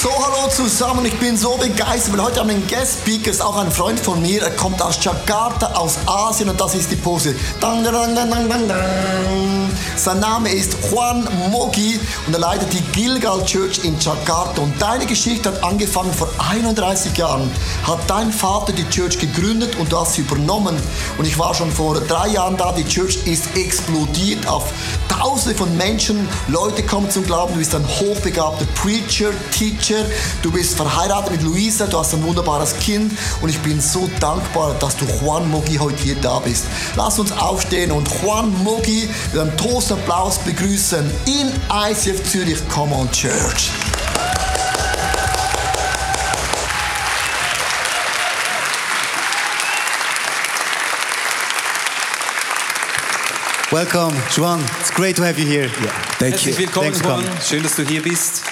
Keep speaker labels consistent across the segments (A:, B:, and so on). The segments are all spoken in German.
A: So, hallo zusammen, ich bin so begeistert, weil heute haben wir einen Guest Speaker, ist auch ein Freund von mir, er kommt aus Jakarta, aus Asien und das ist die Pose. Dang, dang, dang, dang, dang, dang. Sein Name ist Juan Mogi und er leitet die Gilgal Church in Jakarta. Und deine Geschichte hat angefangen vor 31 Jahren. Hat dein Vater die Church gegründet und du hast sie übernommen. Und ich war schon vor drei Jahren da. Die Church ist explodiert auf Tausende von Menschen. Leute kommen zum Glauben. Du bist ein hochbegabter Preacher, Teacher. Du bist verheiratet mit Luisa. Du hast ein wunderbares Kind. Und ich bin so dankbar, dass du Juan Mogi heute hier da bist. Lass uns aufstehen und Juan Mogi mit einem Toastapplaus begrüßen in ICF Zürich Common Church.
B: Welcome, Juan. It's great to have you here.
C: Thank
D: Herzlich willkommen,
B: Thanks,
D: Juan.
B: Colin.
D: Schön, dass du hier bist.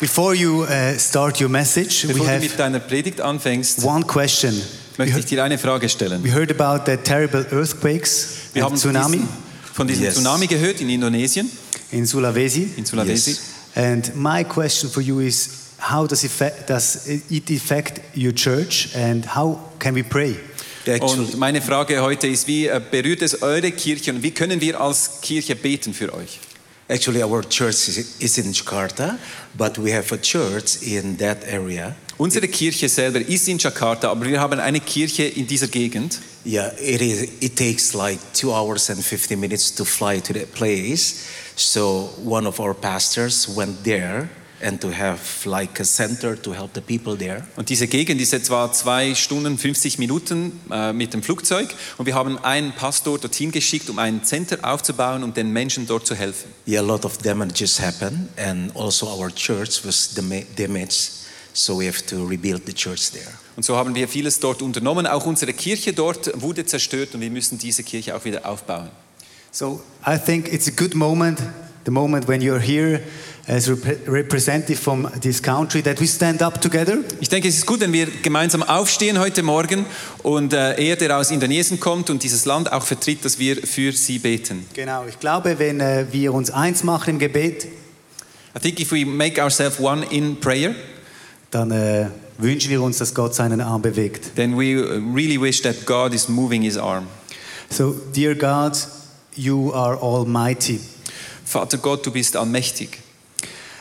B: Before you uh, start your message, we
D: Bevor du mit
B: have
D: deiner Predigt anfängst,
B: one question. We,
D: möchte ich
B: heard,
D: dir eine Frage
B: we
D: stellen.
B: heard about the terrible earthquakes
D: Wir
B: and
D: haben von
B: tsunami
D: diesem, von diesem
C: Yes.
D: Tsunami gehört in Indonesien,
B: in Sulawesi.
D: in Sulawesi.
C: Yes.
B: And my question for you is, how does, effect, does it affect your church and how can we pray?
C: Actually,
D: Und meine Frage heute ist, wie äh, berührt es eure Kirche und wie können wir als Kirche beten für euch?
C: actually, our church is, is in Jakarta, but we have a church in that area.
D: Unsere Kirche selber ist in Jakarta, aber wir haben eine Kirche in dieser Gegend.
C: Yeah, it is. It takes like two hours and fifty minutes to fly to that place. So one of our pastors went there and to have like a center to help the people there.
D: Und diese Gegend ist etwa zwei Stunden 50 Minuten äh, mit dem Flugzeug. Und wir haben einen Pastor dorthin geschickt, um ein Center aufzubauen, um den Menschen dort zu helfen.
C: Yeah, a lot of damages happened, and also our church was dama- damaged. So we have to rebuild the church there.
D: Und so haben wir vieles dort unternommen. Auch unsere Kirche dort wurde zerstört und wir müssen diese Kirche auch wieder aufbauen.
B: So I think it's a good moment, the moment when you're here as rep- representative from this country, that we stand up together.
D: Ich denke, es ist gut, wenn wir gemeinsam aufstehen heute Morgen und äh, er, der aus Indonesien kommt und dieses Land auch vertritt, dass wir für sie beten.
B: Genau, ich glaube, wenn äh, wir uns eins machen im Gebet,
D: I think if we make ourselves one in prayer,
B: dann äh, wünschen wir uns, dass Gott seinen Arm bewegt.
D: then we uh, really wish that God is moving his arm.
B: So, dear God, you are almighty.
D: Vater Gott, du bist allmächtig.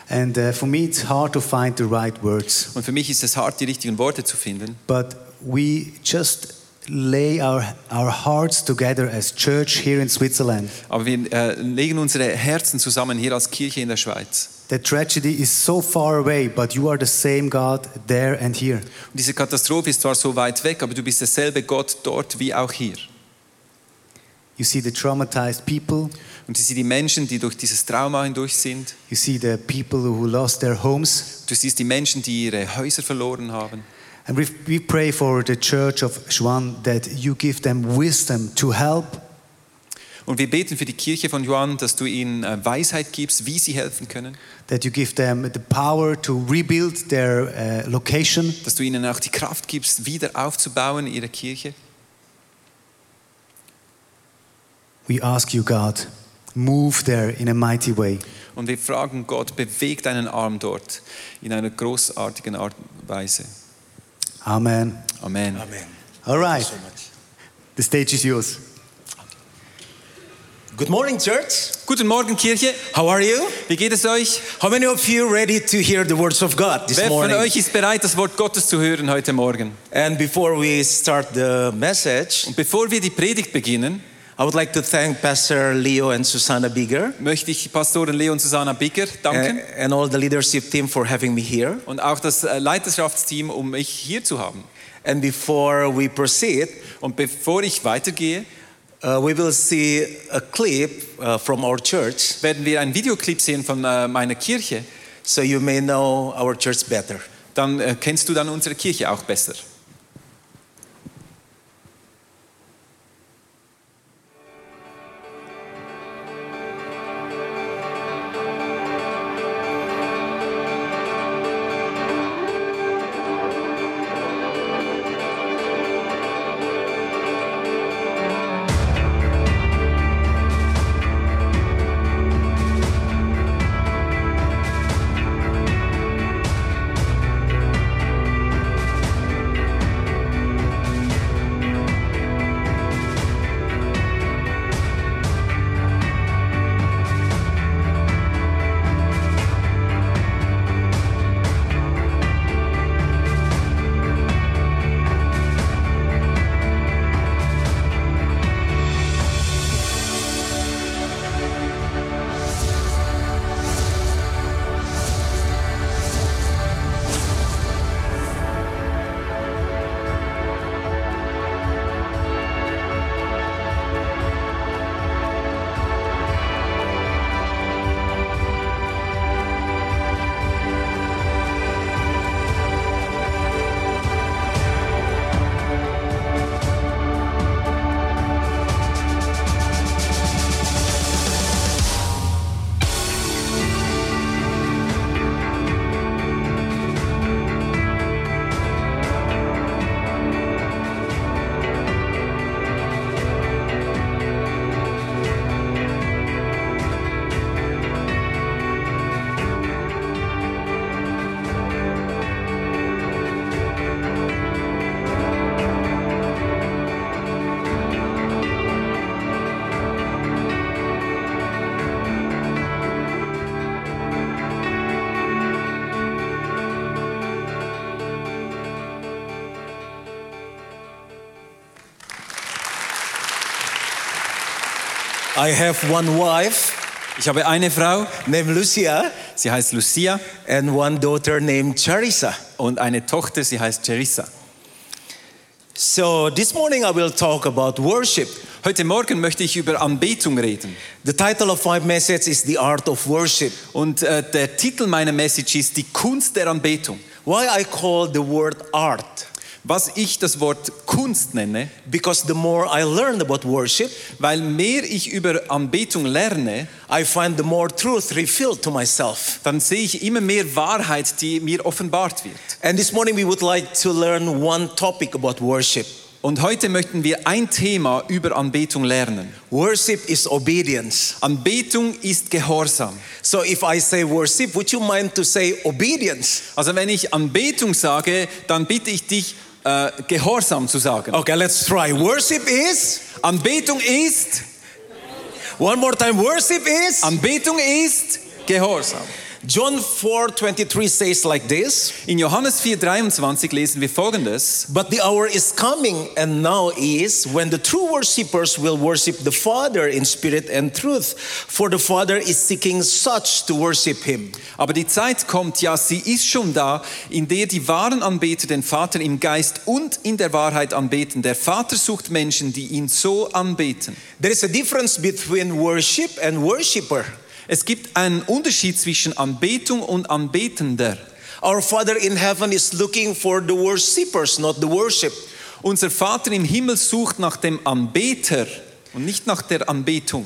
B: And uh, for me, it's hard to find the right words.
D: Und für mich ist es hart, die richtigen Worte zu finden.
B: But we just lay our, our hearts together as church here in Switzerland.
D: Aber wir äh, legen unsere Herzen zusammen hier als Kirche in der Schweiz.
B: The tragedy is so far away, but you are the same God there and here.
D: Und diese Katastrophe ist zwar so weit weg, aber du bist derselbe Gott dort wie auch hier.
B: You see the traumatized people,
D: Und du siehst die Menschen, die durch dieses Trauma hindurch sind.
B: you see the people who lost their homes.
D: Du siehst die Menschen, die ihre Häuser verloren haben.
B: And we, we pray for the church of Schwan that you give them wisdom to help
D: Und wir beten für die Kirche von Johann, dass du ihnen äh, Weisheit gibst, wie sie helfen können.
B: that you give them the power to rebuild their uh, location.
D: Dass du ihnen auch die Kraft gibst, wieder aufzubauen, ihre Kirche.
B: We ask you, God, move there in a mighty way.
D: Und wir fragen Gott, beweg deinen Arm dort in einer großartigen Art und Weise.
B: Amen.
D: Amen.
C: Amen.
B: All right,
C: So much.
B: the stage is yours.
C: Good morning, church.
D: Guten Morgen, Kirche.
C: How are you?
D: Wie geht es euch?
C: How many of you ready to hear the words of God this
D: Wer von
C: morning?
D: euch ist bereit, das Wort Gottes zu hören heute Morgen?
C: And before we start the message,
D: Und bevor wir die Predigt beginnen,
C: I would like to thank Pastor Leo and Susanna Bigger
D: möchte ich Pastoren Leon Susanna Bicker
C: and,
D: danken
C: eh, and all the leadership team for having me here.
D: und auch das äh, Leiterschaftsteam, um mich hier zu haben.
C: And before we proceed,
D: Und bevor ich weitergehe,
C: uh, we will see a clip uh, from our church
D: werden wir einen Videoclip sehen von äh, meiner Kirche.
C: so you may know our church better.
D: Dann äh, kennst du dann unsere Kirche auch besser.
C: I have one wife
D: Ich habe eine Frau,
C: named Lucia
D: sie heißt Lucia
C: and one daughter named Charissa.
D: und eine Tochter, sie heißt Jerissa.
C: So this morning I will talk about worship.
D: Heute Morgen möchte ich über Anbetung reden.
C: The title of my message is The Art of Worship.
D: Und äh, der Titel meiner Message ist Die Kunst der Anbetung.
C: Why I call the word art?
D: Was ich das Wort Kunst nenne,
C: Because the more I learn about worship,
D: weil mehr ich über Anbetung lerne,
C: I find the more truth revealed to myself.
D: dann sehe ich immer mehr Wahrheit, die mir offenbart wird.
C: And this morning we would like to learn one topic about worship.
D: Und heute möchten wir ein Thema über Anbetung lernen.
C: Worship is obedience.
D: Anbetung ist Gehorsam.
C: So if I say worship, would you mind to say obedience?
D: Also wenn ich Anbetung sage, dann bitte ich dich, äh, Gehorsam zu sagen.
C: Okay, let's try. Worship is.
D: Anbetung ist,
C: One more time. Worship is.
D: Anbetung ist Gehorsam.
C: John 4:23 says like this,
D: In Johannes 4,23 lesen wir folgendes.
C: but the hour is coming and now is when the true worshippers will worship the Father in spirit and truth, for the Father is seeking such to worship him.
D: Aber die Zeit kommt, ja, sie ist schon da, in der die wahren Anbeter den Vater im Geist und in der Wahrheit anbeten. Der Vater sucht Menschen, die ihn so anbeten.
C: There is a difference between worship and worshipper.
D: Es gibt einen Unterschied zwischen Anbetung und Anbetender.
C: Our Father in heaven is looking for the worshippers, not the worship.
D: Unser Vater im Himmel sucht nach dem Anbeter und nicht nach der Anbetung.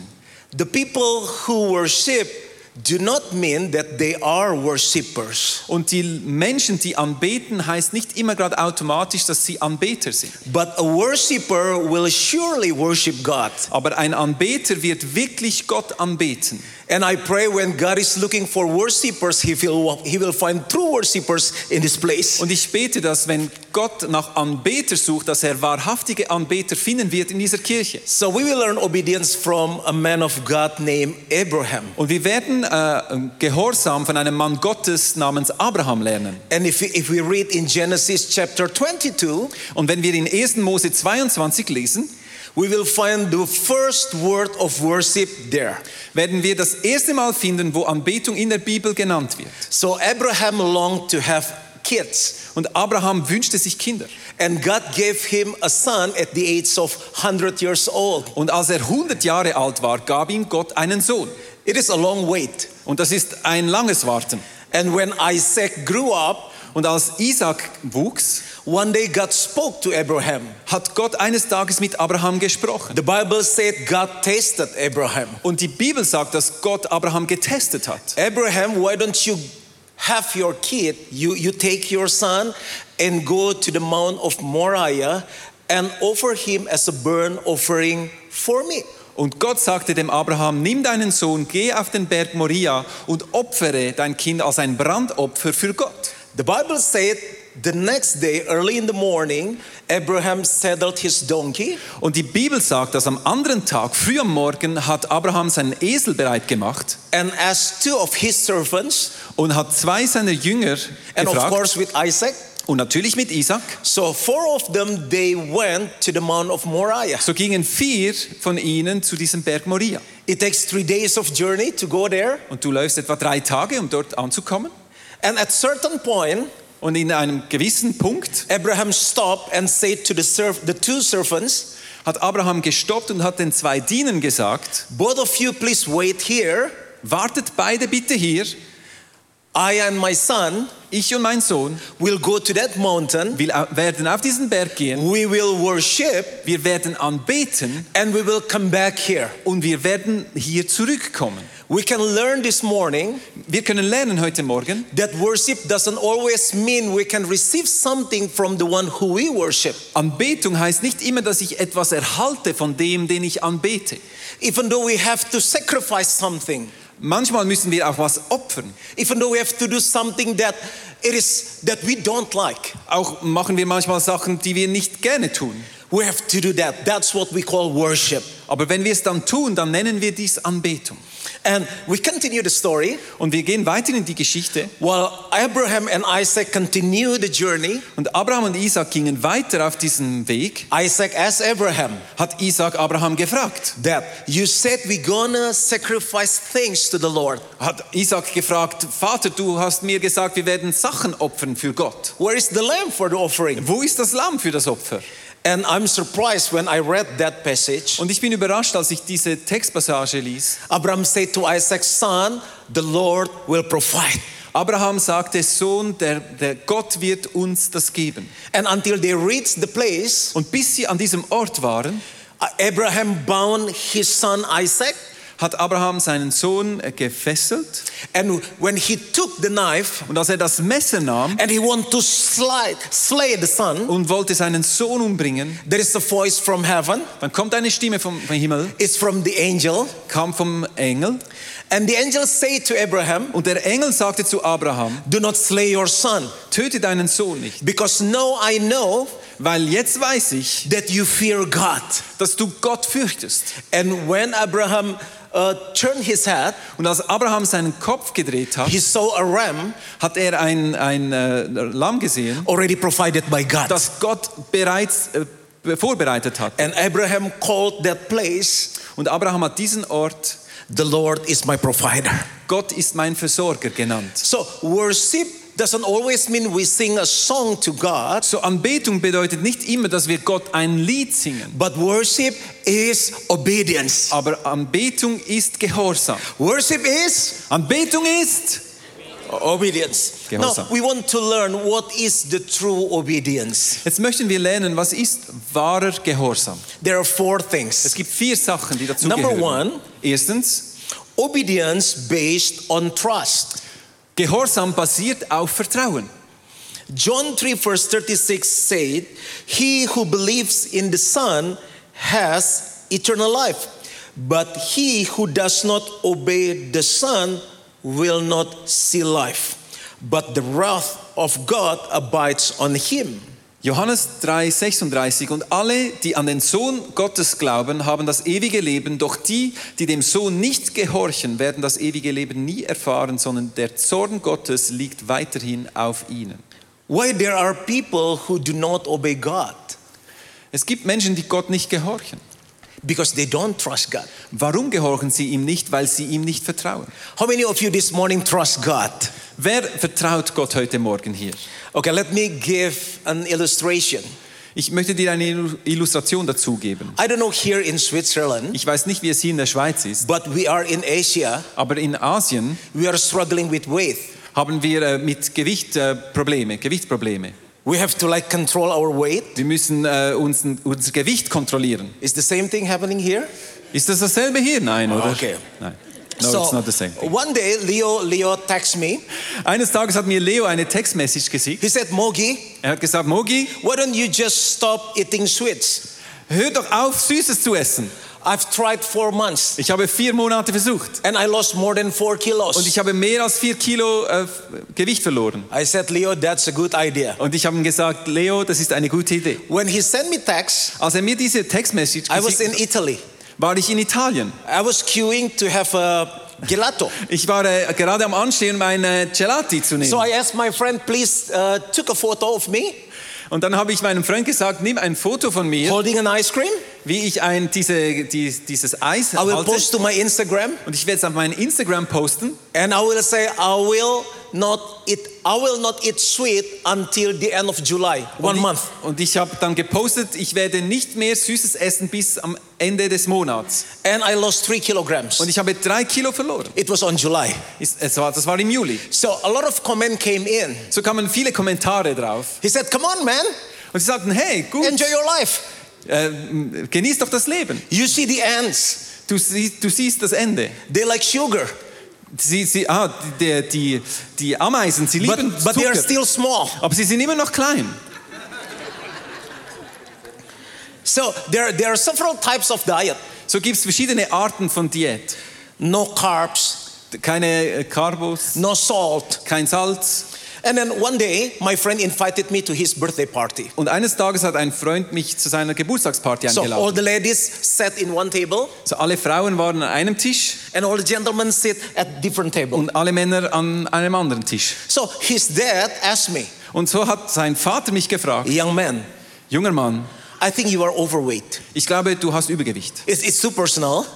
C: The people who worship do not mean that they are worshippers,
D: Und die Menschen, die anbeten, heißt nicht immer gerade automatisch, dass sie Anbeter sind.
C: but a worshipper will surely worship God.
D: Aber ein Anbeter wird wirklich Gott anbeten.
C: And I pray when God is looking for worshippers, he will, he will find true worshippers in this place.
D: Und ich bete, dass wenn Gott nach Anbeter sucht, dass er wahrhaftige Anbeter finden wird in dieser Kirche.
C: So we will learn obedience from a man of God named Abraham.
D: Und wir werden äh, Gehorsam von einem Mann Gottes namens Abraham lernen.
C: And if we, if we read in Genesis chapter 22,
D: Und wenn wir in 1. Mose 22 lesen,
C: we will find the first word of worship there.
D: werden wir das erste Mal finden, wo Anbetung in der Bibel genannt wird.
C: So Abraham longed to have kids,
D: Und Abraham wünschte sich Kinder.
C: and God gave him a son at the age of 100 years old.
D: Und als er 100 Jahre alt war, gab ihm Gott einen Sohn.
C: It is a long wait.
D: Und das ist ein langes Warten.
C: And when Isaac grew up,
D: Und als Isaac wuchs,
C: one day God spoke to Abraham.
D: hat Gott eines Tages mit Abraham gesprochen.
C: The Bible said God tested Abraham.
D: Und die Bibel sagt, dass Gott Abraham getestet hat.
C: Abraham, why don't you have your kid? You, you take your son and go to the Mount of Moriah and offer him as a burnt offering for me.
D: Und Gott sagte dem Abraham, nimm deinen Sohn, geh auf den Berg Moria und opfere dein Kind als ein Brandopfer für Gott.
C: The Bible said the next day, early in the morning, Abraham saddled his donkey
D: Und die Bibel sagt, dass am anderen Tag, früh am Morgen, hat Abraham seinen Esel bereit gemacht
C: and asked two of his servants,
D: und hat zwei seiner Jünger
C: and of
D: gefragt.
C: course with Isaac.
D: Und natürlich mit Isaac.
C: So four of them they went to the Mount of Moriah.
D: So gingen vier von ihnen zu diesem Berg Moria.
C: It takes three days of journey to go there.
D: Und du läufst etwa drei Tage, um dort anzukommen.
C: And at certain point,
D: Und in einem gewissen Punkt
C: Abraham stopped and said to the, serv- the two servants,
D: hat Abraham gestoppt und hat den zwei Dienern gesagt,
C: Both of you, please wait here.
D: wartet beide bitte hier,
C: I and my son
D: ich und mein Sohn
C: will go to that mountain.
D: will, werden auf diesen Berg gehen,
C: We will worship
D: wir werden anbeten
C: and we will come back here.
D: und wir werden hier zurückkommen.
C: We can learn this morning
D: Wir können lernen heute Morgen,
C: that worship doesn't always mean we can receive something from the one who we worship.
D: Anbetung heißt nicht immer, dass ich etwas erhalte von dem, den ich anbete.
C: Even though we have to sacrifice something,
D: Manchmal müssen wir auch was opfern.
C: even though we have to do something that it is that we don't like.
D: Auch machen wir manchmal Sachen, die wir nicht gerne tun.
C: We have to do that. That's what we call worship.
D: Aber wenn wir es dann tun, dann nennen wir dies Anbetung.
C: And we continue the story.
D: Und wir gehen weiter in die Geschichte.
C: While Abraham and Isaac continue the journey,
D: Und Abraham und Isaac gingen weiter auf diesem Weg.
C: Isaac asked Abraham
D: Hat Isaac Abraham gefragt?
C: that you said we're gonna sacrifice things to the Lord.
D: Hat Isaac gefragt, Vater, du hast mir gesagt, wir werden Sachen opfern für Gott.
C: Where is the lamb for the offering?
D: Wo ist das Lamm für das Opfer?
C: And I'm surprised when I read that passage.
D: Und ich bin überrascht, als ich diese Textpassage ließ.
C: Abraham said to Isaac, Son, the Lord will provide.
D: Abraham sagte, Sohn, der, der Gott wird uns das geben.
C: And until they reached the place,
D: Und bis sie an diesem Ort waren,
C: uh, Abraham bound his son Isaac.
D: hat Abraham seinen Sohn äh, gefesselt.
C: And when he took the knife
D: Und als er das Messer nahm
C: and he wanted to slay, slay the son,
D: und wollte seinen Sohn umbringen,
C: there is a voice from heaven.
D: dann kommt eine Stimme vom, vom Himmel,
C: It's from the angel.
D: kam vom Engel.
C: And the angel said to Abraham,
D: Und der Engel sagte zu Abraham,
C: Do not slay your son,
D: töte deinen Sohn nicht,
C: because now I know
D: weil jetzt weiß ich,
C: that you fear God.
D: dass du Gott fürchtest.
C: And when Abraham uh, turned his head,
D: Und als Abraham seinen Kopf gedreht hat,
C: he saw a ram
D: hat er ein, ein äh, Lamm gesehen,
C: already provided by God.
D: das Gott bereits äh, vorbereitet hat.
C: And Abraham called that place,
D: Und Abraham hat diesen Ort,
C: The Lord is my provider.
D: Gott ist mein Versorger genannt.
C: So worship doesn't always mean we sing a song to God,
D: So Anbetung bedeutet nicht immer, dass wir Gott ein Lied singen,
C: but worship is obedience.
D: aber Anbetung ist Gehorsam.
C: Worship is
D: Anbetung ist,
C: obedience. Now,
D: Gehorsam.
C: we want to learn what is the true obedience.
D: jetzt möchten wir lernen, was ist wahrer Gehorsam.
C: There are four
D: Es
C: things.
D: gibt vier Sachen, die dazu
C: Number
D: gehören.
C: one.
D: Erstens,
C: Obedience based on trust.
D: Gehorsam basiert auf Vertrauen.
C: John 3 verse 36 said, He who believes in the Son has eternal life, but he who does not obey the Son will not see life, but the wrath of God abides on him.
D: Johannes 3, 36 und alle, die an den Sohn Gottes glauben, haben das ewige Leben, doch die, die dem Sohn nicht gehorchen, werden das ewige Leben nie erfahren, sondern der Zorn Gottes liegt weiterhin auf ihnen.
C: Why there are people who do not obey God?
D: Es gibt Menschen, die Gott nicht gehorchen.
C: Because they don't trust God.
D: Warum gehorchen sie ihm nicht? Weil sie ihm nicht vertrauen.
C: How many of you this morning trust God?
D: Wer vertraut Gott heute Morgen hier?
C: Okay, let me give an illustration.
D: Ich möchte dir eine Illu- Illustration dazu geben.
C: I don't know here in Switzerland,
D: Ich weiß nicht, wie es hier in der Schweiz ist,
C: but we are in Asia.
D: aber in Asien
C: We are struggling with weight.
D: haben wir äh, mit Gewicht äh, Probleme, Gewichtsprobleme.
C: We have to like control our weight.
D: Wir müssen äh, unser, unser Gewicht kontrollieren.
C: Is the same thing happening here?
D: Ist das dasselbe hier? Nein, oder?
C: Ah, Okay.
D: Nein. No, it's not the same thing.
C: one day Leo Leo texts me.
D: Eines Tages hat mir Leo eine Textmessage geschickt.
C: He said, "Mogi,
D: Er hat gesagt, Mogi,
C: why don't you just stop eating sweets?
D: hör doch auf, Süßes zu essen.
C: I've tried 4 months
D: Ich habe vier Monate versucht
C: and I lost more than 4
D: und
C: kilos."
D: ich habe mehr als vier Kilo äh, Gewicht verloren.
C: I said, "Leo, that's a good idea."
D: Und ich habe ihm gesagt, Leo, das ist eine gute Idee.
C: When he sent me text,
D: Als er mir diese Textmessage
C: I was in
D: geschickt
C: Italy.
D: hat, war ich in Italien.
C: I was queuing to have a gelato.
D: Ich war äh, gerade am Anstehen, meine Gelati zu nehmen.
C: So I asked my friend, please uh, took a photo of me
D: und dann habe ich meinem Freund gesagt, nimm ein Foto von mir.
C: holding an ice cream.
D: wie ich ein, diese, dies, dieses Eis
C: I will
D: halte
C: post to my Instagram
D: und ich werde es auf meinen Instagram posten
C: and I will say I will not eat I will not eat sweet until the end of July, one
D: und
C: month.
D: Ich, und ich habe dann gepostet, ich werde nicht mehr Süßes essen bis am Ende des Monats.
C: And I lost three kilograms.
D: Und ich habe drei Kilo verloren.
C: It was on July.
D: Ist- Es war, das war im Juli.
C: So a lot of comment came in.
D: So kamen viele Kommentare drauf
C: He said, come on man,
D: und sie sagten, hey, gut,
C: enjoy your life.
D: äh, genieß doch das Leben.
C: You see the ants,
D: Du, sie, du siehst das Ende.
C: they like sugar,
D: Sie, sie, ah, die, die, die Ameisen, sie
C: but,
D: lieben
C: but they are
D: Zucker,
C: still small.
D: aber sie sind immer noch klein.
C: So there, there are several types of diet.
D: So gibt es verschiedene Arten von Diät.
C: No carbs,
D: Keine äh, Carbos,
C: no salt,
D: kein Salz.
C: And then one day, my friend invited me to his birthday party.
D: Und eines Tages hat ein Freund mich zu seiner Geburtstagsparty
C: So all
D: eingeladen.
C: the ladies sat in one table,
D: So alle Frauen waren an einem Tisch
C: and all the gentlemen sit at different table.
D: und alle Männer an einem anderen Tisch.
C: So his dad asked me,
D: Und so hat sein Vater mich gefragt,
C: "Young man,
D: junger Mann,
C: I think you are overweight.
D: ich glaube, du hast Übergewicht.
C: It's, it's too personal.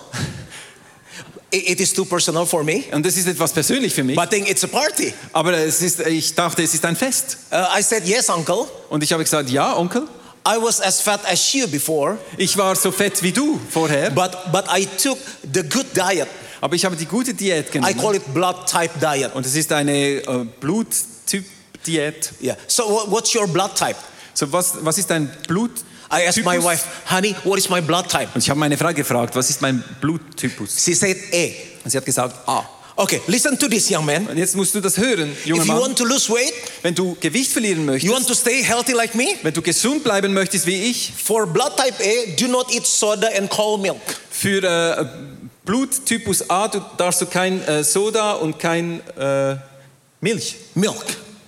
C: It- it is too personal for me,
D: Und das ist etwas persönlich für mich,
C: but I think it's a party."
D: aber es ist, ich dachte, es ist ein Fest.
C: Uh, I said, "Yes, uncle.
D: Und ich habe gesagt, ja, Onkel,
C: I was as fat as you before,
D: ich war so fett wie du vorher,
C: but but I took the good diet.
D: aber ich habe die gute Diät
C: I
D: genommen.
C: call it blood type diet.
D: Und es ist eine äh, Bluttyp-Diät.
C: Yeah. So wha- what's your blood type?"
D: So, was, was ist dein Blut?
C: I asked my
D: Typus?
C: wife, "Honey, what is my blood type?"
D: Und ich habe meine Frau gefragt, was ist mein Bluttypus?
C: She said, "A."
D: Und sie hat gesagt, ah.
C: Okay, listen to this, young man.
D: Und jetzt musst du das hören, junger
C: If you
D: Mann.
C: want to lose weight,
D: Wenn du Gewicht verlieren
C: you want
D: möchtest,
C: to stay healthy like me,
D: wenn du gesund bleiben möchtest wie ich,
C: for blood type A, do not eat soda and cold milk.
D: für äh, Bluttypus A du, darfst du kein äh, Soda und kein äh, Milch.
C: Milk.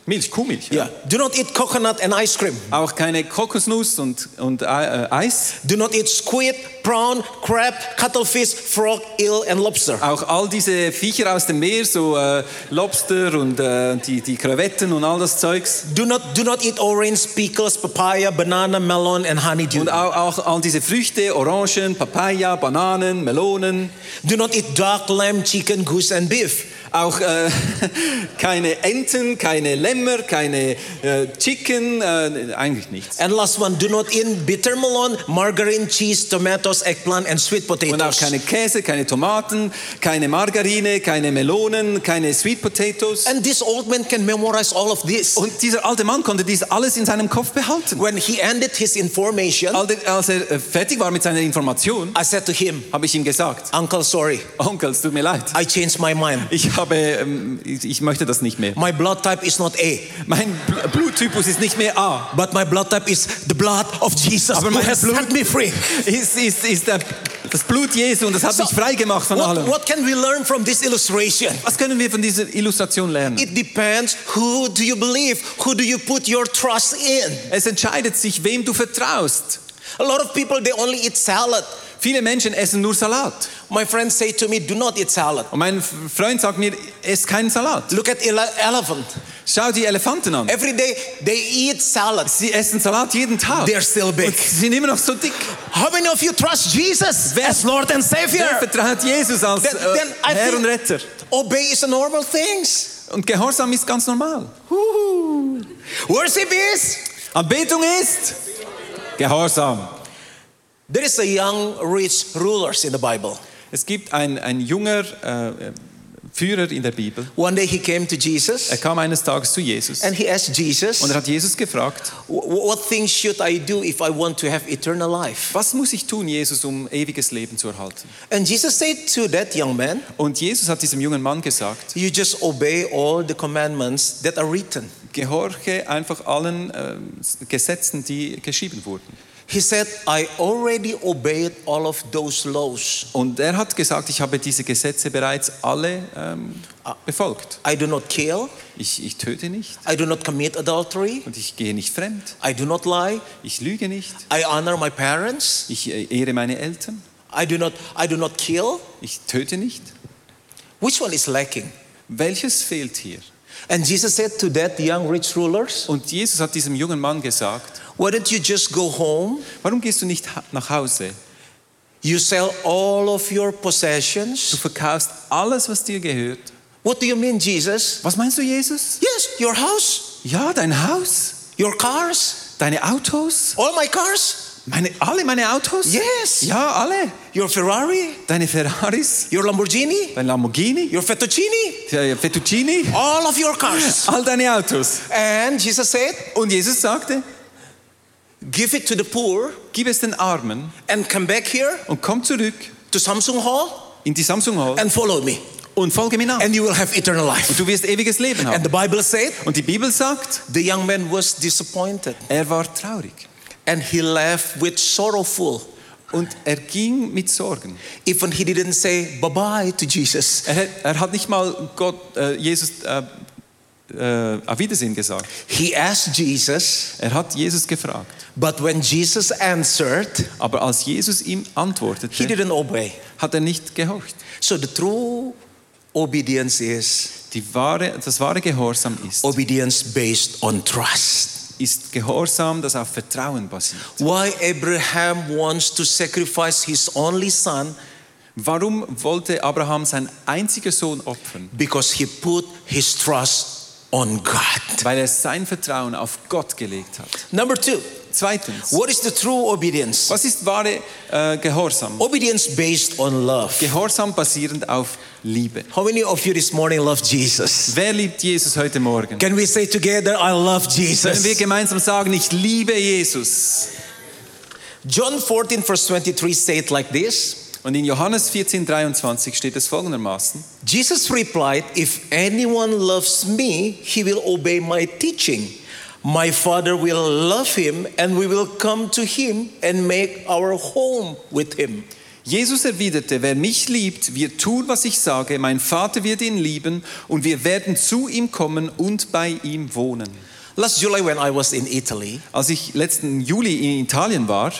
D: Milch, Kuhmilch.
C: Yeah. Do not eat coconut and ice cream.
D: Auch keine Kokosnuss und, und äh, äh, Eis.
C: Do not eat squid, prawn, crab, cuttlefish, frog, eel, and lobster.
D: Auch all diese Viecher aus dem Meer, so äh, Lobster und äh, die, die Krevetten und all das Zeugs.
C: Do not do not eat orange, pickles, papaya, banana, melon, and honeydew.
D: Und auch, auch all diese Früchte, Orangen, Papaya, Bananen, Melonen.
C: Do not eat duck, lamb, chicken, goose, and beef.
D: Auch äh, keine Enten, keine Lämmer, keine äh, Chicken, äh, eigentlich nichts.
C: And last one, do not eat bitter melon, margarine, cheese, tomatoes, eggplant, and sweet
D: Und auch
C: potatoes.
D: keine Käse, keine Tomaten, keine Margarine, keine Melonen, keine Sweet Potatoes.
C: And this old man can memorize all of this.
D: Und dieser alte Mann konnte dies alles in seinem Kopf behalten.
C: When he ended his information,
D: Als er- als er äh, fertig war mit seiner Information,
C: I said to him,
D: habe ich ihm gesagt,
C: Uncle, sorry,
D: Onkel, es tut mir leid.
C: I changed my mind.
D: Ich, habe, ähm, ich, ich möchte das nicht mehr.
C: My blood type is not A,
D: Mein Bl Bluttypus ist nicht mehr A.
C: but my blood type is the blood of Jesus
D: Aber
C: who
D: mein
C: has
D: Blut-
C: set me free.
D: Ist, ist, ist der, das Blut Jesu und das hat
C: So,
D: mich frei gemacht von
C: what,
D: allem.
C: what can we learn from this illustration?
D: Was können wir von dieser Illustration lernen?
C: It depends who do you believe, who do you put your trust in.
D: Es entscheidet sich, wem du vertraust.
C: A lot of people they only eat salad.
D: Viele Menschen essen nur Salat.
C: My friends say to me, do not eat salad.
D: Und mein F- Freund sagt mir, ess keinen Salat.
C: Look at ele- elephant.
D: Schau die Elefanten an.
C: Every day they eat salad.
D: Sie essen Salat jeden Tag.
C: They're still big.
D: Und sie sind immer noch so dick.
C: How many of you trust Jesus as Lord and
D: Wer
C: Savior?
D: vertraut Jesus als
C: Then- then
D: äh,
C: I
D: Herr
C: think-
D: und Retter?
C: Obey is a normal things.
D: Und Gehorsam ist ganz normal.
C: Worship is.
D: Anbetung ist Gehorsam.
C: There is a young rich rulers in the Bible.
D: Es gibt ein, ein junger äh, Führer in der Bibel.
C: One day he came to
D: Er
C: Jesus
D: kam eines Tages zu Jesus
C: and he asked Jesus,
D: und er hat Jesus gefragt,
C: "Wh- "What things should I do if I want to have eternal life?"
D: was muss ich tun, Jesus, um ewiges Leben zu erhalten?
C: And Jesus said to that young man,
D: Und Jesus hat diesem jungen Mann gesagt,
C: "You just obey all the commandments that are written."
D: gehorche einfach allen ähm, Gesetzen, die geschrieben wurden.
C: He said, "I already obeyed all of those laws.
D: Und er hat gesagt, ich habe diese Gesetze bereits alle ähm, befolgt.
C: I do not kill,
D: Ich, ich töte nicht
C: I do not commit adultery,
D: und ich gehe nicht fremd,
C: I do not lie,
D: ich lüge nicht,
C: I honor my parents,
D: ich äh, ehre meine Eltern,
C: I do not I do not kill."
D: ich töte nicht.
C: Which one is lacking?
D: Welches fehlt hier?
C: And Jesus said to that young rich rulers,
D: Und Jesus hat diesem jungen Mann gesagt,
C: Why don't you just go home?
D: warum gehst du nicht ha- nach Hause?
C: You sell all of your
D: Du
C: possessions.
D: verkaufst alles, was dir gehört.
C: What do you mean, Jesus?
D: Was meinst du, Jesus?
C: Yes, your house,
D: Ja, dein Haus,
C: your cars,
D: deine Autos,
C: all my cars,
D: meine, alle meine Autos?
C: Yes.
D: Ja, alle.
C: your Ferrari,
D: Deine Ferraris,
C: your Lamborghini,
D: dein Lamborghini,
C: your fettuccine,
D: der Fettuccini,
C: all of your cars.
D: all deine Autos.
C: And Jesus said,
D: Und Jesus sagte,
C: Give it to the poor
D: gib es den Armen
C: and come back here
D: und komm zurück
C: to Samsung Hall
D: in die Samsung Hall
C: and follow me,
D: und folge mir nach.
C: and you will have eternal life.
D: Und du wirst ewiges Leben
C: And
D: haben.
C: the Bible said,
D: Und die Bibel sagt,
C: The young man was disappointed.
D: er war traurig.
C: and he left with sorrowful.
D: Und er ging mit Sorgen.
C: Even he didn't say bye bye to Jesus.
D: Er, hat- er hat nicht mal Gott, äh, Jesus äh, äh, auf Wiedersehen gesagt.
C: He asked Jesus,
D: Er hat Jesus gefragt.
C: but when Jesus answered,
D: Aber als Jesus ihm
C: he
D: antwortete,
C: didn't obey.
D: hat er nicht gehorcht.
C: So the true obedience is
D: Die wahre, das wahre Gehorsam ist,
C: obedience based on trust.
D: ist Gehorsam, das auf Vertrauen basiert.
C: Why Abraham wants to sacrifice his only son
D: Warum wollte Abraham seinen einzigen Sohn opfern?
C: because he put his trust on God.
D: Weil er sein Vertrauen auf Gott gelegt hat.
C: Number 2,
D: Zweitens,
C: what is the true obedience?
D: was ist wahre äh, Gehorsam?
C: Obedience based on love.
D: Gehorsam basierend auf Liebe.
C: How many of you this morning love Jesus?
D: Wer liebt Jesus heute Morgen?
C: Can we say together, I love
D: Können wir
C: Jesus?
D: gemeinsam sagen, ich liebe Jesus?
C: John 14, verse 23 say it like this
D: Und in Johannes 14, 23 steht es folgendermaßen.
C: Jesus replied, If anyone loves me, he will obey my teaching. My Father will love him, and we will come to him and make our home with him.
D: Jesus erwiderte, wer mich liebt, wird tun, was ich sage, mein Vater wird ihn lieben und wir werden zu ihm kommen und bei ihm wohnen.
C: Last July, when I was in Italy,
D: Als ich letzten Juli in Italien war,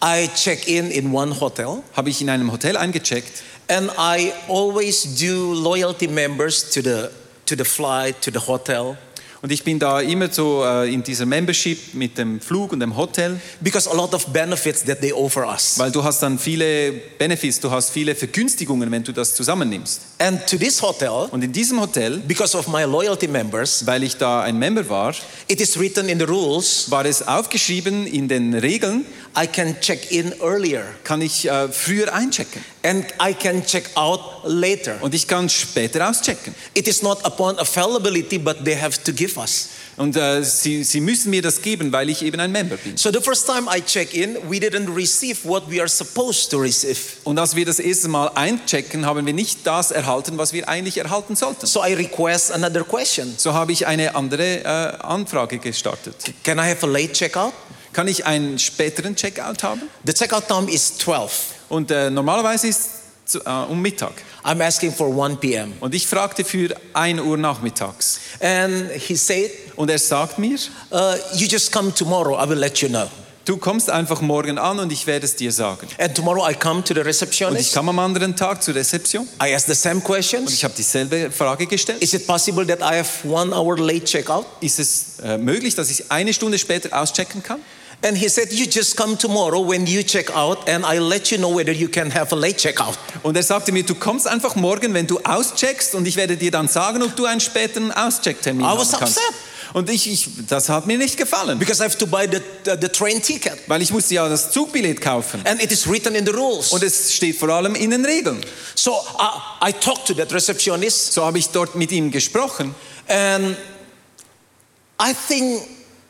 C: I check in in one hotel,
D: habe ich in einem Hotel eingecheckt
C: and I always do loyalty members to the to the flight to the hotel
D: und ich bin da immer so äh, in dieser Membership mit dem Flug und dem Hotel,
C: because a lot of benefits that they offer us.
D: weil du hast dann viele Benefits, du hast viele Vergünstigungen, wenn du das zusammennimmst.
C: And to this hotel,
D: Und in diesem Hotel,
C: because of my loyalty members,
D: weil ich da ein Member war,
C: it is written in the rules
D: war es aufgeschrieben in den Regeln,
C: I can check in earlier
D: kann ich äh, früher einchecken
C: and I can check out later.
D: und ich kann später auschecken.
C: It is not upon availability, but they have to give us.
D: Und äh, sie, sie müssen mir das geben, weil ich eben ein Member bin.
C: So the first time I check in, we didn't receive what we are supposed to receive.
D: Und als wir das erste Mal einchecken, haben wir nicht das erhalten, was wir eigentlich erhalten sollten.
C: So I request another question.
D: So habe ich eine andere äh, Anfrage gestartet.
C: Can I have a late checkout?
D: Kann ich einen späteren Checkout haben?
C: The checkout time is 12.
D: Und äh, normalerweise ist es zu- äh, um Mittag.
C: I'm asking for 1 p.m.
D: Und ich fragte für 1 Uhr nachmittags.
C: And he said,
D: Und er sagt mir,
C: uh, You just come tomorrow, I will let you know.
D: du kommst einfach morgen an und ich werde es dir sagen.
C: And tomorrow I come to the
D: Und ich
C: receptionist.
D: kam am anderen Tag zur Rezeption
C: I ask the same
D: und
C: questions.
D: ich habe dieselbe Frage gestellt.
C: Is it possible that I have one hour late checkout?
D: Ist es äh, möglich, dass ich eine Stunde später auschecken kann?
C: And he said, You just come tomorrow when you check out, and I'll let you know whether you can have a late checkout.
D: Und er sagte mir, du kommst einfach morgen, wenn du auscheckst und ich werde dir dann sagen, ob du einen späteren Auschecktermin
C: I
D: haben
C: was
D: kannst.
C: upset.
D: Und ich, ich, das hat mir nicht gefallen,
C: Because I have to buy the, the, the train ticket.
D: weil ich musste ja das Zugbillett kaufen.
C: And it is written in the rules.
D: Und es steht vor allem in den Regeln.
C: So I, I talked to that receptionist,
D: So habe ich dort mit ihm gesprochen Äh,
C: and I think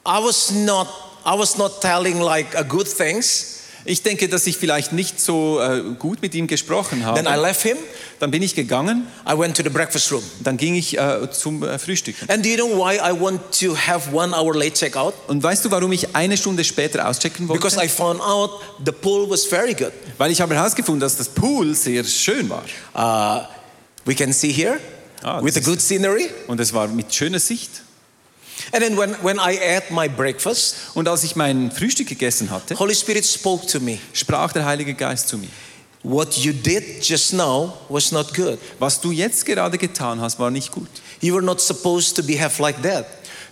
C: I was not. I was not telling like a good things.
D: Ich denke, dass ich vielleicht nicht so äh, gut mit ihm gesprochen
C: Then I
D: habe.
C: left him.
D: Dann bin ich gegangen,
C: I went to the breakfast room.
D: dann ging ich äh, zum äh, Frühstück.
C: And do you know why I want to have one hour late checkout?
D: Und weißt du, warum ich eine Stunde später auschecken wollte?
C: Because I found out the pool was very good.
D: Weil ich habe herausgefunden, dass das Pool sehr schön war.
C: Uh, we can see here
D: Ah,
C: with a
D: this
C: good scenery.
D: Und es war mit schöner Sicht.
C: And then when, when I ate my breakfast,
D: Und als ich mein Frühstück gegessen hatte,
C: Holy Spirit spoke to me.
D: sprach der Heilige Geist zu mir.
C: What you did just now was not good.
D: Was du jetzt gerade getan hast, war nicht gut.
C: You were not supposed to behave like that.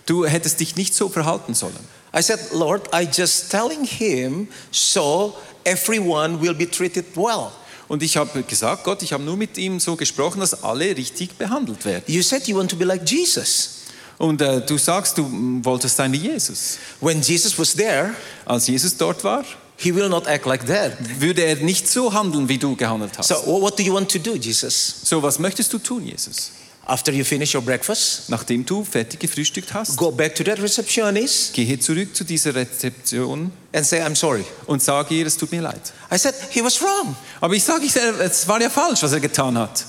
D: Du hättest dich nicht so verhalten sollen.
C: I said, Lord, I just telling him so everyone will be treated well.
D: Und ich habe gesagt, Gott, ich habe nur mit ihm so gesprochen, dass alle richtig behandelt werden.
C: You said you want to be like Jesus.
D: Und äh, du sagst, du mm, wolltest sein wie Jesus.
C: When Jesus was there,
D: Als Jesus dort war,
C: he will not act like that.
D: würde er nicht so handeln, wie du gehandelt hast.
C: So wh- what do you want to do, Jesus?
D: so was möchtest du tun, Jesus?
C: After you finish your breakfast,
D: Nachdem du fertig gefrühstückt hast,
C: go back to that receptionist
D: gehe zurück zu dieser Rezeption
C: and say, I'm sorry.
D: und sage ihr, es tut mir leid.
C: I said, he was wrong.
D: Aber ich sage, ich- es war ja falsch, was er getan hat.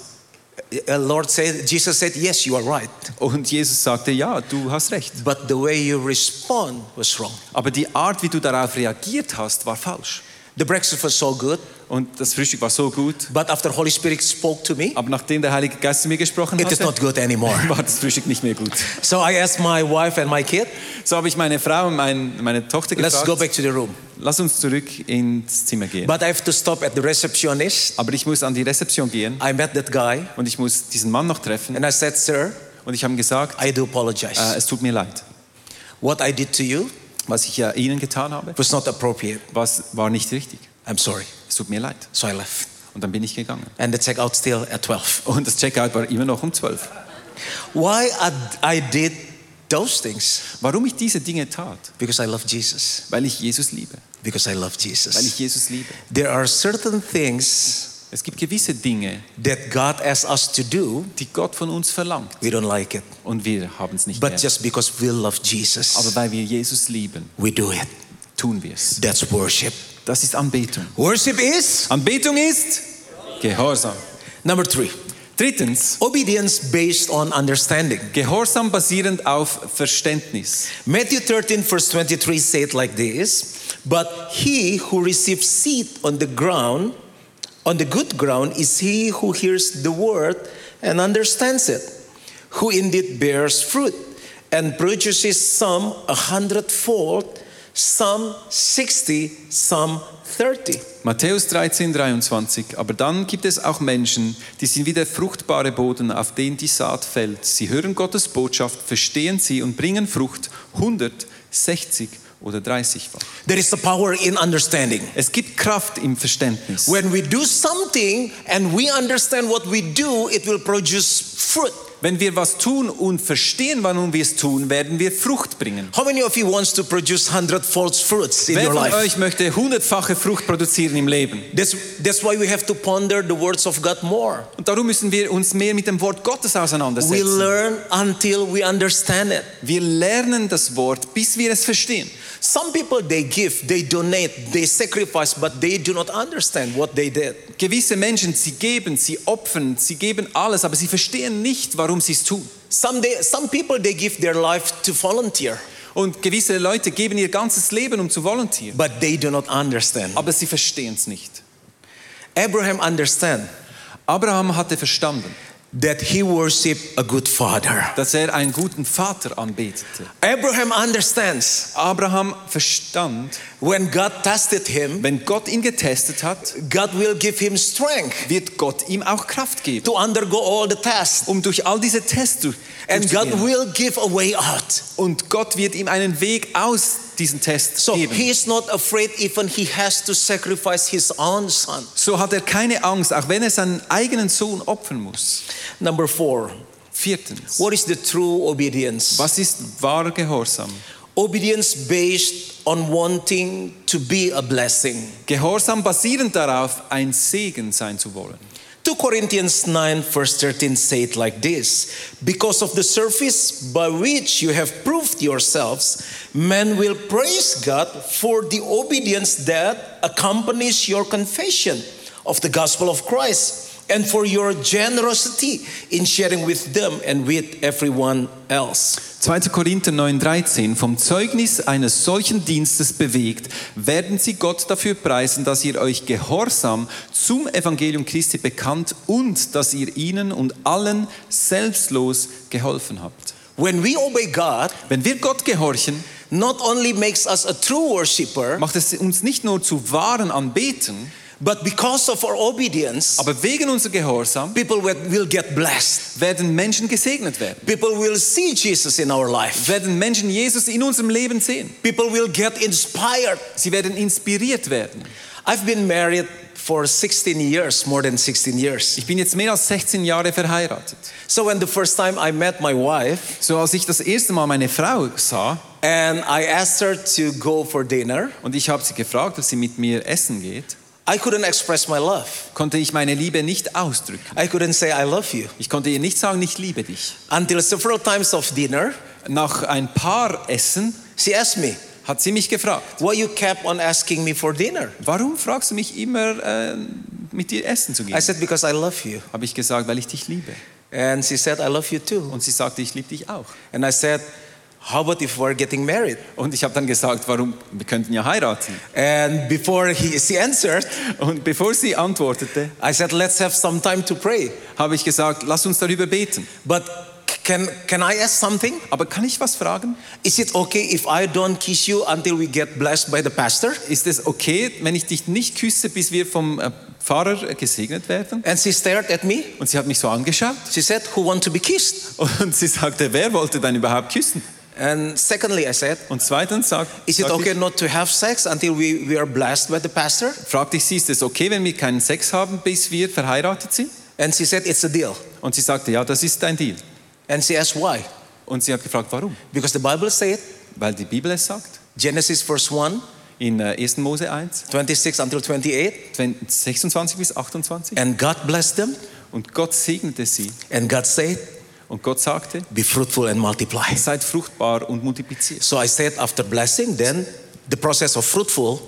C: Uh, Lord said, Jesus said, yes, you are right.
D: Und Jesus sagte, ja, du hast recht.
C: But the way you respond was wrong.
D: Aber die Art, wie du darauf reagiert hast, war falsch.
C: The breakfast was so good,
D: Und das Frühstück war so gut.
C: but after Holy Spirit spoke to me,
D: Aber nachdem der Heilige Geist zu mir gesprochen
C: it is
D: hatte,
C: not good anymore.
D: war das Frühstück nicht mehr gut.
C: So I asked my wife and my kid,
D: So habe ich meine Frau und mein, meine Tochter
C: let's go
D: gefragt,
C: back to the room.
D: lass uns zurück ins Zimmer gehen.
C: But I have to stop at the receptionist.
D: Aber ich muss an die Rezeption gehen
C: I met that guy
D: und ich muss diesen Mann noch treffen.
C: and I said, sir,
D: Und ich habe ihm gesagt,
C: I do
D: äh,
C: apologize.
D: es tut mir leid.
C: What I did to you
D: Was ich ja Ihnen getan habe,
C: was not appropriate.
D: was, war nicht richtig.
C: I'm sorry.
D: Es tut mir leid.
C: So I left.
D: Und dann bin ich gegangen.
C: And the checkout still at 12.
D: Und das Checkout war immer noch um 12.
C: Why I, I did those things?
D: Warum ich diese Dinge tat?
C: Because I love Jesus.
D: Weil ich Jesus liebe.
C: Because I love
D: Weil ich
C: Jesus.
D: Jesus liebe.
C: There are certain things
D: Es gibt gewisse Dinge,
C: that God asks us to do,
D: die Gott von uns verlangt.
C: we don't like it.
D: Und wir haben es nicht
C: But
D: mehr.
C: just because we love
D: Aber
C: Jesus,
D: weil wir Jesus lieben,
C: we do it.
D: tun wir es.
C: That's worship.
D: Das ist Anbetung.
C: Worship is
D: Anbetung ist Gehorsam.
C: number three
D: Drittens,
C: obedience based on understanding.
D: Gehorsam basierend auf Verständnis.
C: Matthew 13, verse 23 said like this But he who receives seed on the ground, on the good ground, is he who hears the word and understands it, who indeed bears fruit and produces some a hundredfold, some sixty, some thirty.
D: Matthäus 13, 23. Aber dann gibt es auch Menschen, die sind wie der fruchtbare Boden, auf den die Saat fällt. Sie hören Gottes Botschaft, verstehen sie und bringen Frucht 100, 60 oder 30 fach.
C: There is the power in understanding.
D: Es gibt Kraft im Verständnis.
C: When we do something and we understand what we do, it will produce fruit.
D: Wenn wir was tun und verstehen, warum wir es tun, werden wir Frucht bringen.
C: How many of you wants to produce hundredfold fruits in
D: Wer
C: your
D: von
C: life?
D: euch möchte hundertfache Frucht produzieren im Leben?
C: That's, that's why we have to ponder the words of God more.
D: Und darum müssen wir uns mehr mit dem Wort Gottes
C: We
D: auseinandersetzen.
C: learn until we understand it.
D: Wir lernen das Wort, bis wir es verstehen.
C: Some people they give, they donate, they sacrifice, but they do not understand what they did.
D: Gewisse Menschen, sie geben, sie opfern, sie geben alles, aber sie verstehen nicht, warum sie es tun.
C: Some, they, some people they give their life to volunteer,
D: Und gewisse Leute geben ihr ganzes Leben, um zu volontieren,
C: but they do not understand.
D: aber sie verstehen es nicht.
C: Abraham understand
D: Abraham hatte verstanden,
C: that he worship a good father.
D: dass er einen guten Vater anbetete.
C: Abraham understands
D: Abraham verstand,
C: when God tested him,
D: wenn Gott ihn getestet hat,
C: God will give him strength
D: wird Gott ihm auch Kraft geben,
C: to undergo all the tests.
D: um durch all diese Tests durch-
C: And God
D: durchzugehen.
C: will give a way out.
D: Und Gott wird ihm einen Weg aus diesen Tests
C: So
D: geben.
C: he is not afraid even he has to sacrifice his own son.
D: So hat er keine Angst, auch wenn er seinen eigenen Sohn opfern muss.
C: Number four,
D: Viertens.
C: what is the true obedience?
D: Was ist wahrer Gehorsam?
C: Obedience based on wanting to be a blessing.
D: Gehorsam basierend darauf, ein Segen sein zu wollen.
C: 2 Corinthians 9, verse 13 say it like this Because of the service by which you have proved yourselves, men will praise God for the obedience that accompanies your confession of the gospel of Christ and for your generosity in sharing with them and with everyone else.
D: 2. Korinther 9,13 Vom Zeugnis eines solchen Dienstes bewegt, werden sie Gott dafür preisen, dass ihr euch gehorsam zum Evangelium Christi bekannt und dass ihr ihnen und allen selbstlos geholfen habt.
C: When we obey God,
D: Wenn wir Gott gehorchen,
C: not only makes us a true worshiper,
D: macht es uns nicht nur zu wahren Anbeten,
C: but because of our obedience,
D: aber wegen unserer Gehorsam
C: people will will get blessed.
D: werden Menschen gesegnet werden.
C: People will see Jesus in our life.
D: Werden Menschen Jesus in unserem Leben sehen.
C: People will get inspired.
D: Sie werden inspiriert werden.
C: I've been married for 16 years, more than 16 years.
D: Ich bin jetzt mehr als 16 Jahre verheiratet.
C: So when the first time I met my wife
D: So als ich das erste Mal meine Frau sah
C: and I asked her to go for dinner,
D: und ich habe sie gefragt, ob sie mit mir essen geht,
C: I couldn't express my love.
D: konnte ich meine Liebe nicht ausdrücken.
C: I couldn't say I love you.
D: Ich konnte ihr nicht sagen, ich liebe dich.
C: Until several times of dinner,
D: Nach ein paar Essen
C: she asked me,
D: hat sie mich gefragt,
C: "Why you kept on asking me for dinner?"
D: warum fragst du mich immer, äh, mit dir essen zu
C: I
D: gehen?
C: said, "Because I love you."
D: Habe ich gesagt, weil ich dich liebe.
C: And she said, "I love you too."
D: Und sie sagte, ich liebe dich auch.
C: And I said, How about if we're getting married?
D: Und ich habe dann gesagt, warum, wir könnten ja heiraten.
C: And before he, she answered,
D: Und bevor sie antwortete,
C: I said, let's have some time to pray.
D: habe ich gesagt, lass uns darüber beten.
C: But c- can, can I ask something?
D: Aber kann ich was fragen?
C: Is it okay if I don't kiss you until we get blessed by the pastor?
D: Ist es okay, wenn ich dich nicht küsse, bis wir vom äh, Pfarrer äh, gesegnet werden?
C: And she stared at me.
D: Und sie hat mich so angeschaut
C: She said, who want to be kissed?
D: und sie sagte, wer wollte dann überhaupt küssen?
C: And secondly, I said,
D: Und zweitens sagt,
C: is it
D: sagte
C: okay not to have sex until we, we are blessed by the pastor?
D: ich, fragte ich sie, ist es okay, wenn wir keinen Sex haben, bis wir verheiratet sind?
C: And she said, it's a deal.
D: Und sie sagte, ja, das ist ein Deal.
C: And she asked why?
D: Und sie hat gefragt, warum?
C: Because the Bible said,
D: Weil die Bibel es sagt.
C: Genesis verse 1,
D: In äh, 1. Mose 1,
C: 26 until 28,
D: 26 bis 28.
C: and God blessed them,
D: Und Gott segnete sie.
C: and God said,
D: Und Gott sagte,
C: be fruitful and multiply.
D: seid fruchtbar und multipliziert.
C: So I said, after blessing, then the process of fruitful.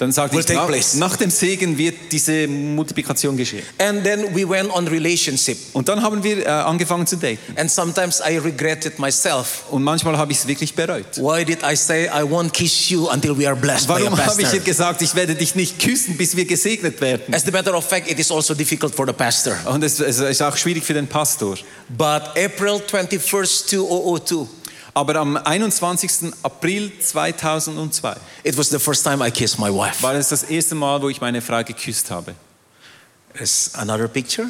D: Dann sagte
C: Will
D: ich,
C: take
D: nach,
C: place.
D: nach dem Segen wird diese Multiplikation geschehen.
C: And then we went on relationship.
D: Und dann haben wir äh, angefangen zu daten.
C: And sometimes I regretted myself.
D: Und manchmal habe ich es wirklich bereut.
C: Why did I say I won't kiss you until we are blessed by a
D: Warum habe ich
C: pastor?
D: ihr gesagt, ich werde dich nicht küssen, bis wir gesegnet werden?
C: As a matter of fact, it is also difficult for the pastor.
D: Und es, es ist auch schwierig für den Pastor.
C: But April oh 21st, 2002,
D: Aber am 21. April 2002
C: it was the first time I kissed my wife.
D: war es das erste Mal, wo ich meine Frau geküsst habe.
C: It's another picture.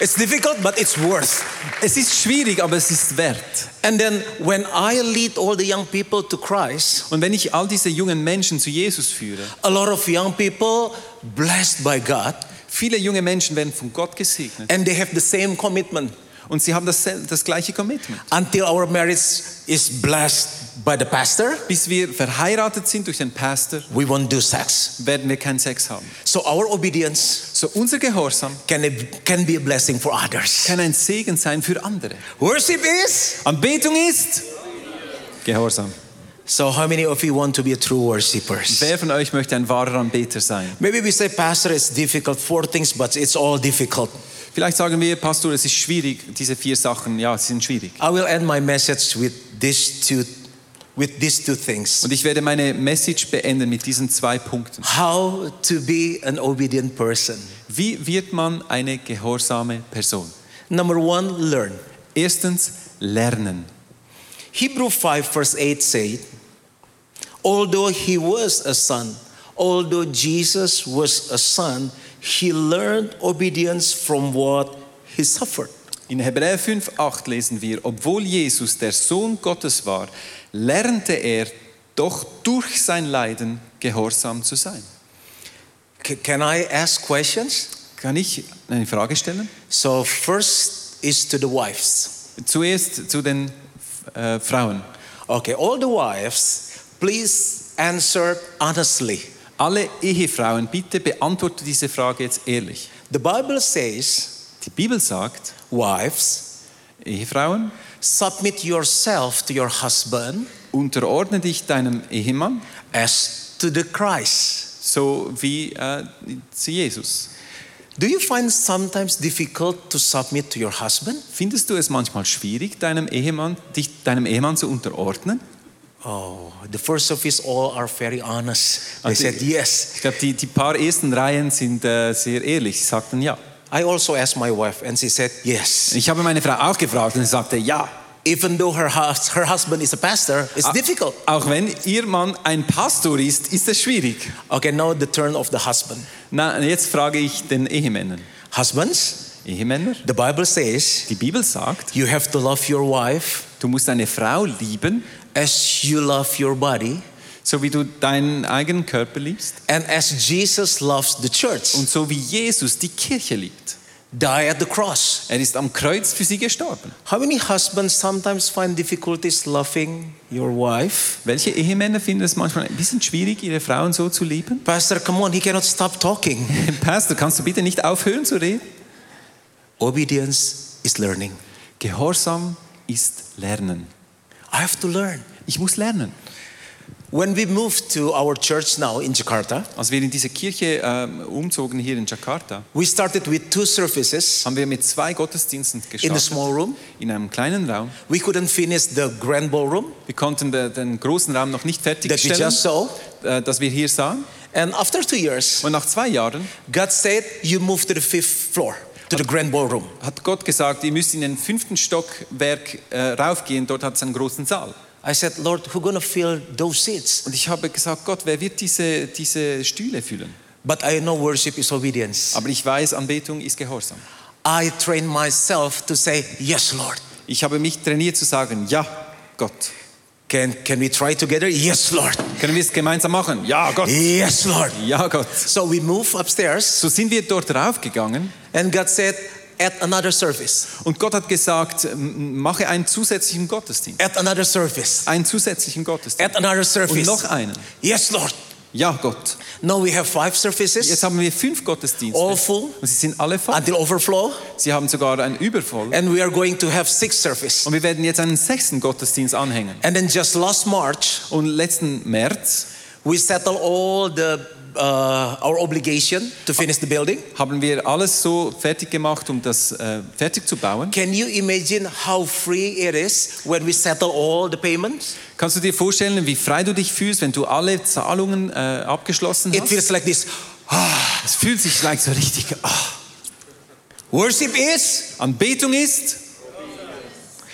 C: It's difficult, but it's worth.
D: Es ist schwierig, aber es ist wert.
C: And then when I lead all the young people to Christ,
D: Und wenn ich all diese jungen Menschen zu Jesus führe,
C: a lot of young people blessed by God,
D: viele junge Menschen werden von Gott gesegnet.
C: and they have the same commitment
D: Und sie haben das, das gleiche Commitment.
C: until our marriage is blessed by the pastor.
D: Bis wir verheiratet sind durch den Pastor,
C: We won't do sex.
D: werden wir keinen Sex haben.
C: So our obedience
D: So unser Gehorsam
C: can, can be a blessing for others.
D: kann ein Segen sein für andere.
C: Worship is.
D: Anbetung ist Gehorsam.
C: So how many of you want to be a true worshippers?
D: Wer von euch möchte ein wahrer Anbeter sein?
C: Maybe we say, Pastor, it's difficult, four things, but it's all difficult.
D: Vielleicht sagen wir, Pastor, es ist schwierig, diese vier Sachen, ja, sie sind schwierig.
C: I will end my message with these two, with these two things.
D: Und ich werde meine Message beenden mit diesen zwei Punkten.
C: How to be an obedient person.
D: Wie wird man eine gehorsame Person?
C: Number one, learn.
D: Erstens, lernen.
C: Hebrew 5 verse 8 said, Although he was a son, although Jesus was a son, he learned obedience from what he suffered.
D: In Hebräer 5, 8 lesen wir, obwohl Jesus der Sohn Gottes war, lernte er doch durch sein Leiden gehorsam zu sein.
C: C- can I ask questions?
D: Kann ich eine Frage stellen?
C: So first is to the wives.
D: Zuerst zu den äh, Frauen.
C: Okay, all the wives, please answer honestly.
D: Alle Ehefrauen, bitte beantworte diese Frage jetzt ehrlich.
C: The Bible says,
D: Die Bibel sagt,
C: wives,
D: Ehefrauen,
C: submit yourself to your husband
D: unterordne dich deinem Ehemann,
C: as to the Christ.
D: so wie äh, zu Jesus.
C: Do you find sometimes difficult to submit to your husband?
D: Findest du es manchmal schwierig, deinem Ehemann, dich deinem Ehemann zu unterordnen?
C: Oh, the first of us all are very honest. They
D: I
C: said
D: think-
C: yes.
D: Ich glaube, die, die paar ersten Reihen sind äh, sehr ehrlich. Sie sagten ja.
C: I also asked my wife, and she said yes.
D: Ich habe meine Frau auch gefragt und sie sagte ja.
C: Even though her hus- her husband is a pastor, it's
D: Ah.
C: difficult.
D: Auch wenn ihr Mann ein Pastor ist, ist es schwierig.
C: Okay, now the turn of the husband.
D: Na, jetzt frage ich den Ehemännern.
C: Husbands,
D: Ehemänner?
C: the Bible says
D: Die Bibel sagt,
C: you have to love your wife
D: du musst deine Frau lieben,
C: as you love your body,
D: so wie du deinen eigenen Körper liebst
C: and as Jesus loves the church.
D: und so wie Jesus die Kirche liebt.
C: Die at the cross.
D: Er ist am Kreuz für sie gestorben.
C: How many husbands sometimes find difficulties loving your wife?
D: Welche Ehemänner finden es manchmal ein bisschen schwierig, ihre Frauen so zu lieben?
C: Pastor, come on, he cannot stop talking.
D: Pastor, kannst du bitte nicht aufhören zu reden?
C: Obedience is learning.
D: Gehorsam ist Lernen.
C: I have to learn.
D: Ich muss lernen.
C: When we moved to our church now in Jakarta,
D: Als wir in diese Kirche ähm, umzogen hier in Jakarta,
C: we started with two services
D: haben wir mit zwei Gottesdiensten
C: in a
D: gestartet.
C: small room.
D: in einem kleinen Raum.
C: We couldn't finish the grand ballroom
D: Wir konnten de- den großen Raum noch nicht
C: that you
D: fertigstellen,
C: just saw.
D: äh, das wir hier sahen.
C: And after two years,
D: Und nach zwei Jahren
C: God said, You move to the fifth floor, to the grand ballroom.
D: hat Gott gesagt, ihr müsst in den fünften Stockwerk äh, raufgehen, dort hat es einen großen Saal.
C: I said, Lord, who gonna fill those seats?
D: Und ich habe gesagt, Gott, wer wird diese, diese Stühle füllen?
C: But I know worship is obedience.
D: Aber ich weiß, Anbetung ist Gehorsam.
C: I trained myself to say, Yes, Lord.
D: Ich habe mich trainiert zu sagen, ja, Gott.
C: Can, can we try together? Yes, Lord.
D: Können wir es gemeinsam machen? Ja, Gott.
C: Yes, Lord.
D: Ja, Gott.
C: So we move upstairs,
D: So sind wir dort raufgegangen
C: and God said, At another service,
D: und Gott hat gesagt, m- mache einen zusätzlichen Gottesdienst.
C: at another service,
D: Einen zusätzlichen Gottesdienst.
C: at another
D: Und
C: service.
D: noch einen.
C: Yes, Lord.
D: Ja, Gott.
C: Now we have five services
D: Jetzt haben wir fünf Gottesdienste.
C: All full.
D: Und sie sind alle voll.
C: until overflow,
D: Sie haben sogar einen Übervoll.
C: and we are going to have six service.
D: Und wir werden jetzt einen sechsten Gottesdienst anhängen.
C: And then just last March,
D: Und letzten März
C: we settle all the uh, our obligation to finish the building.
D: haben wir alles so fertig gemacht, um das äh, fertig zu bauen.
C: Can you imagine how free it is when we settle all the payments?
D: Kannst du dir vorstellen, wie frei du dich fühlst, wenn du alle Zahlungen äh, abgeschlossen
C: It
D: hast?
C: feels like this. Ah,
D: Es fühlt sich like so richtig. Ah.
C: worship is,
D: Anbetung ist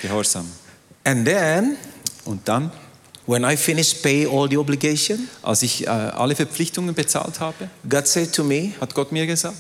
D: Gehorsam.
C: and then
D: Und dann,
C: when I finish pay all the obligation,
D: als ich äh, alle Verpflichtungen bezahlt habe,
C: God said to me,
D: hat Gott mir gesagt,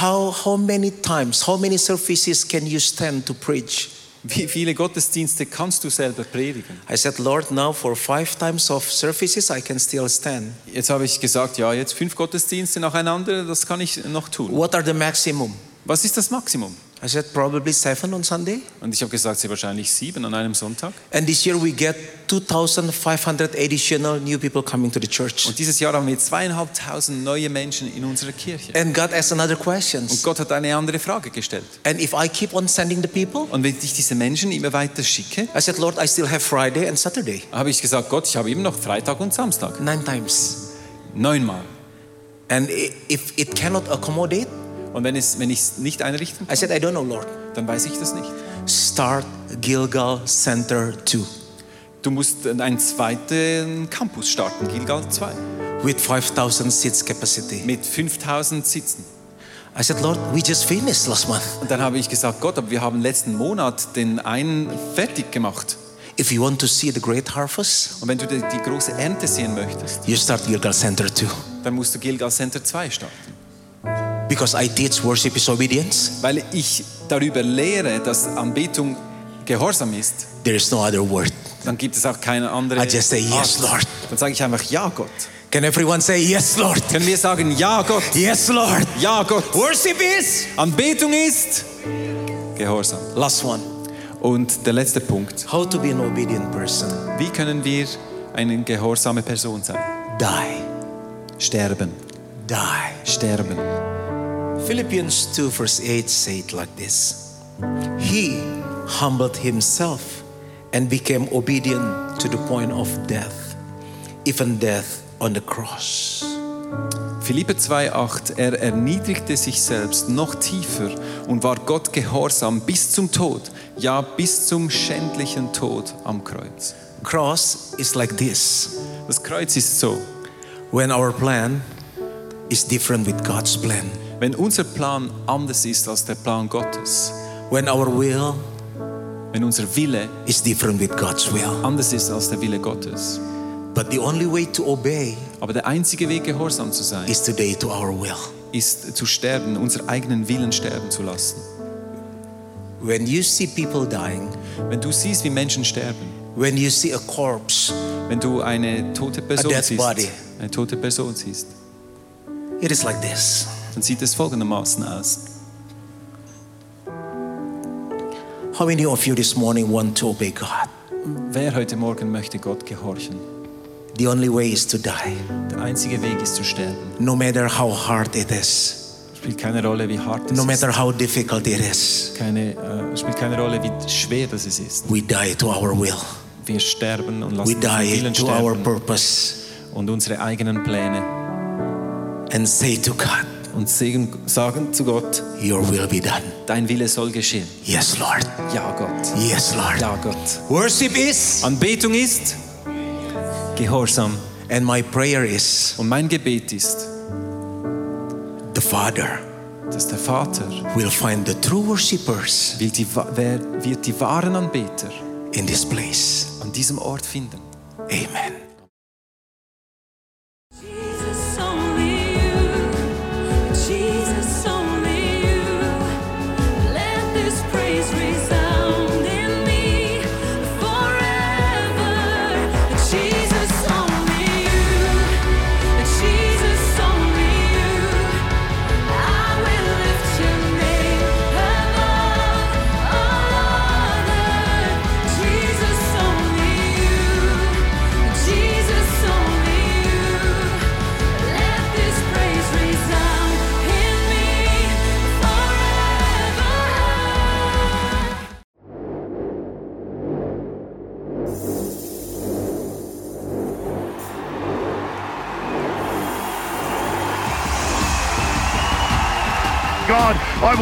C: how how many times, how many services can you stand to preach?
D: wie viele Gottesdienste kannst du selber predigen?
C: I said, Lord, now for five times of services, I can still stand.
D: Jetzt habe ich gesagt, ja, jetzt fünf Gottesdienste nacheinander, das kann ich noch tun.
C: What are the maximum?
D: Was ist das Maximum?
C: I said, probably seven on Sunday.
D: Und ich habe gesagt, sehr wahrscheinlich sieben an einem Sonntag.
C: And this year we get 2,500 additional new people coming to the church.
D: Und dieses Jahr haben wir zweieinhalbtausend neue Menschen in unserer Kirche.
C: And God asked another
D: Und
C: questions.
D: Gott hat eine andere Frage gestellt.
C: And if I keep on sending the people,
D: Und wenn ich diese Menschen immer weiter schicke,
C: I said, Lord, I still have Friday and Saturday.
D: habe ich gesagt, Gott, ich habe immer noch Freitag und Samstag.
C: Nine times.
D: Neunmal.
C: And i- if it cannot accommodate,
D: Und wenn, es, wenn ich es nicht einrichten
C: I said, I don't know, Lord.
D: kann, dann weiß ich das nicht.
C: Start Gilgal Center 2
D: Du musst einen zweiten Campus starten, Gilgal 2,
C: with 5,000 seats capacity.
D: mit 5000 Sitzen.
C: I said, Lord, we just finished last month.
D: Und dann habe ich gesagt, Gott, aber wir haben letzten Monat den einen fertig gemacht.
C: If you want to see the great harvest,
D: Und wenn du die, die große Ernte sehen möchtest,
C: you start Gilgal Center 2.
D: dann musst du Gilgal Center 2 starten.
C: Because I teach worship is obedience,
D: Weil ich darüber lehre, dass Anbetung Gehorsam ist,
C: there is no other word.
D: dann gibt es auch keine andere
C: I just say, "Yes, Lord."
D: Dann sage ich einfach, ja Gott.
C: Can everyone say, Yes, Lord?
D: Können wir sagen, ja Gott,
C: Yes, Lord.
D: ja Gott.
C: Worship is.
D: Anbetung ist Gehorsam.
C: Last one.
D: Und der letzte Punkt.
C: How to be an obedient person?
D: Wie können wir eine gehorsame Person sein?
C: Die.
D: Sterben.
C: Die.
D: Sterben.
C: Philippians 2, verse 8 say it like this He humbled himself and became obedient to the point of death, even death on the cross.
D: Philippe 2,8 Er erniedrigte sich selbst noch tiefer und war Gott gehorsam bis zum Tod, ja bis zum schändlichen Tod am Kreuz.
C: Cross is like this
D: Das Kreuz ist so.
C: when our plan is different with God's plan.
D: Wenn unser Plan anders ist als der Plan Gottes,
C: when our will
D: wenn unser Wille
C: is different with God's will.
D: anders ist als der Wille Gottes,
C: But the only way to obey
D: aber der einzige Weg, gehorsam zu sein,
C: is today to our will.
D: ist zu sterben, unseren eigenen Willen sterben zu lassen.
C: When you see people dying,
D: Wenn du siehst, wie Menschen sterben,
C: when you see a corpse,
D: wenn du eine tote Person
C: dead
D: siehst,
C: body.
D: eine tote Person siehst,
C: it is like this.
D: dann sieht es folgendermaßen aus.
C: How many of you this morning want to obey God?
D: Wer heute Morgen möchte Gott gehorchen?
C: The only way is to die,
D: Der einzige Weg ist zu sterben.
C: no matter how hard it is,
D: Spielt keine Rolle, wie hart es
C: no
D: ist.
C: matter how difficult it is.
D: Keine, äh, spielt keine Rolle, wie schwer das es ist.
C: We die to our will.
D: Wir sterben und
C: We
D: lassen unseren
C: die
D: Willen
C: to our
D: sterben
C: purpose
D: und unsere eigenen Pläne
C: and say to God,
D: und segen- sagen zu Gott,
C: Your will be done.
D: dein Wille soll geschehen.
C: Yes, Lord.
D: Ja, Gott.
C: Yes, Lord.
D: Ja, Gott.
C: Worship is,
D: Anbetung ist Gehorsam.
C: and my prayer is,
D: Und mein Gebet ist,
C: the Father
D: dass der Vater
C: will find the true worshippers
D: will die, wa- wer- wird die wahren Anbeter
C: in this place.
D: an diesem Ort finden.
C: Amen.
E: Jesus, only you. Jesus, only you. Let this praise resound in me forever. Jesus, only you. Jesus, only you. I will lift your name above all other. Jesus, only you. Jesus, only you. Let this praise resound in me forever.
F: God, I